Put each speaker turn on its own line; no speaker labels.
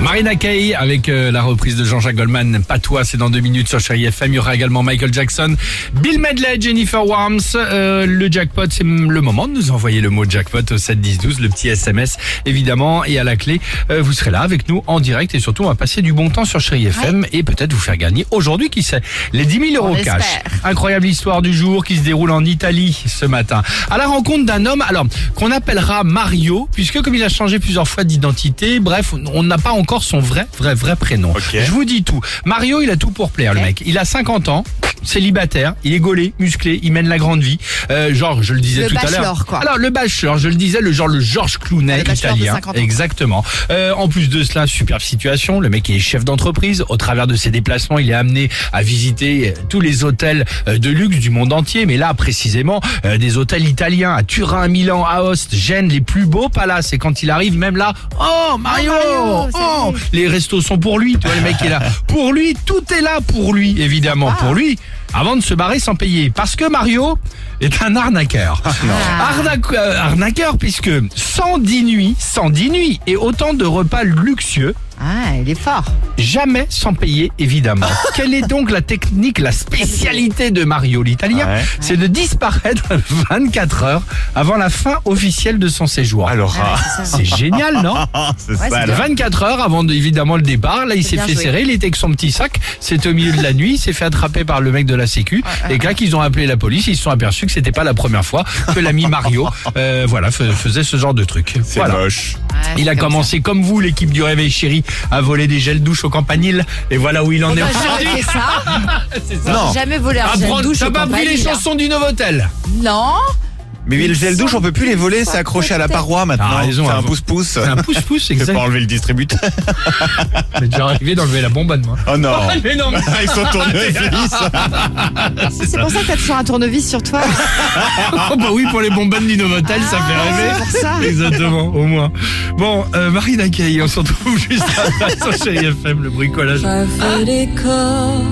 Marina Kaye avec euh, la reprise de Jean-Jacques Goldman. Pas toi, c'est dans deux minutes sur Chérie FM. Il y aura également Michael Jackson, Bill Medley, Jennifer Worms. Euh, le jackpot, c'est le moment de nous envoyer le mot jackpot au 7 10 12, le petit SMS évidemment. Et à la clé, euh, vous serez là avec nous en direct et surtout on va passer du bon temps sur Chérie FM et peut-être vous faire gagner aujourd'hui, qui sait, les 10 000 euros
On
cash.
espère.
Incroyable histoire du jour qui se déroule en Italie ce matin. À la rencontre d'un homme, alors, qu'on appellera Mario, puisque comme il a changé plusieurs fois d'identité, bref, on n'a pas encore son vrai, vrai, vrai prénom.
Ok.
Je vous dis tout. Mario, il a tout pour plaire, le
Ok.
mec. Il a 50 ans. Célibataire, il est gaulé, musclé, il mène la grande vie. Euh, genre, je le disais
Le
tout à l'heure.
bachelor, quoi.
Alors le bachelor, je le disais, le genre le Georges Clooney
Le bachelor de
italien.
50 ans.
Exactement. Euh, en plus de cela, superbe situation. Le mec est chef d'entreprise. Au travers de ses déplacements, il est amené à visiter euh, tous les hôtels euh, de luxe du monde entier. Mais là, précisément, euh, des hôtels italiens à Turin, Milan, Aoste, Gênes, les plus beaux palaces. Et quand il arrive, même là, oh Mario,
Mario,
oh,
salut.
les restos sont pour lui. Tu vois, le mec est là.
Ah.
Pour lui, tout est là pour lui, évidemment. Pour lui, avant de se barrer sans payer. Parce que Mario est un arnaqueur.
Ah,
Arnaque- euh, arnaqueur, puisque 110 nuits, 110 nuits et autant de repas luxueux,
Ah, il est fort.
jamais sans payer, évidemment. Quelle est donc la technique, la spécialité de Mario l'Italien
Ouais.
C'est de disparaître 24 heures avant la fin officielle de son séjour.
Alors,
Ah,
ah,
ouais, c'est ça.
C'est génial, non
ah, c'est
Ouais,
ça.
c'est
là.
24 heures avant de- évidemment le départ. Là, il
C'est
s'est
bien
fait
joué.
serrer. Il était avec son petit sac. C'était au milieu de la nuit. Il s'est fait attraper par le mec de la Sécu. Et quand ils ont appelé la police, ils se sont aperçus que c'était pas la première fois que l'ami Mario, euh, voilà, fe- faisait ce genre de truc.
C'est
Voilà.
moche.
Ouais,
Il a
c'est comme
commencé comme vous, l'équipe du Réveil Chéri, à voler des gels douches au campanile. Et voilà où il en est
ça. Moi,
aujourd'hui.
j'aurais fait ça.
C'est ça.
Non,
Jamais volé un
Ah,
gel
prends-
douche
T'as
au
pas pris les Ah,
Campagna.
chansons du Novotel
Non.
mais oui, le gel douche, on peut plus les voler, c'est accroché à la paroi maintenant.
Ah, ils ont
c'est
un-
un pouce-pouce.
C'est un pouce-pouce,
Je peux
exact.
pas enlever le distributeur.
J'ai déjà arrivé d'enlever la bombe à demain.
Oh non.
Mais non, mais-
Ils sont
Ah,
tournés.
C'est pour ça que t'as toujours un tournevis sur toi.
Oh bah oui, pour les bonbonnes du Novotel, ça fait rêver.
Ah, C'est pour ça.
Exactement, au moins. Bon, euh, Marina Kaye, on se retrouve juste après sur Chéri FM, le bricolage.
Parfait décor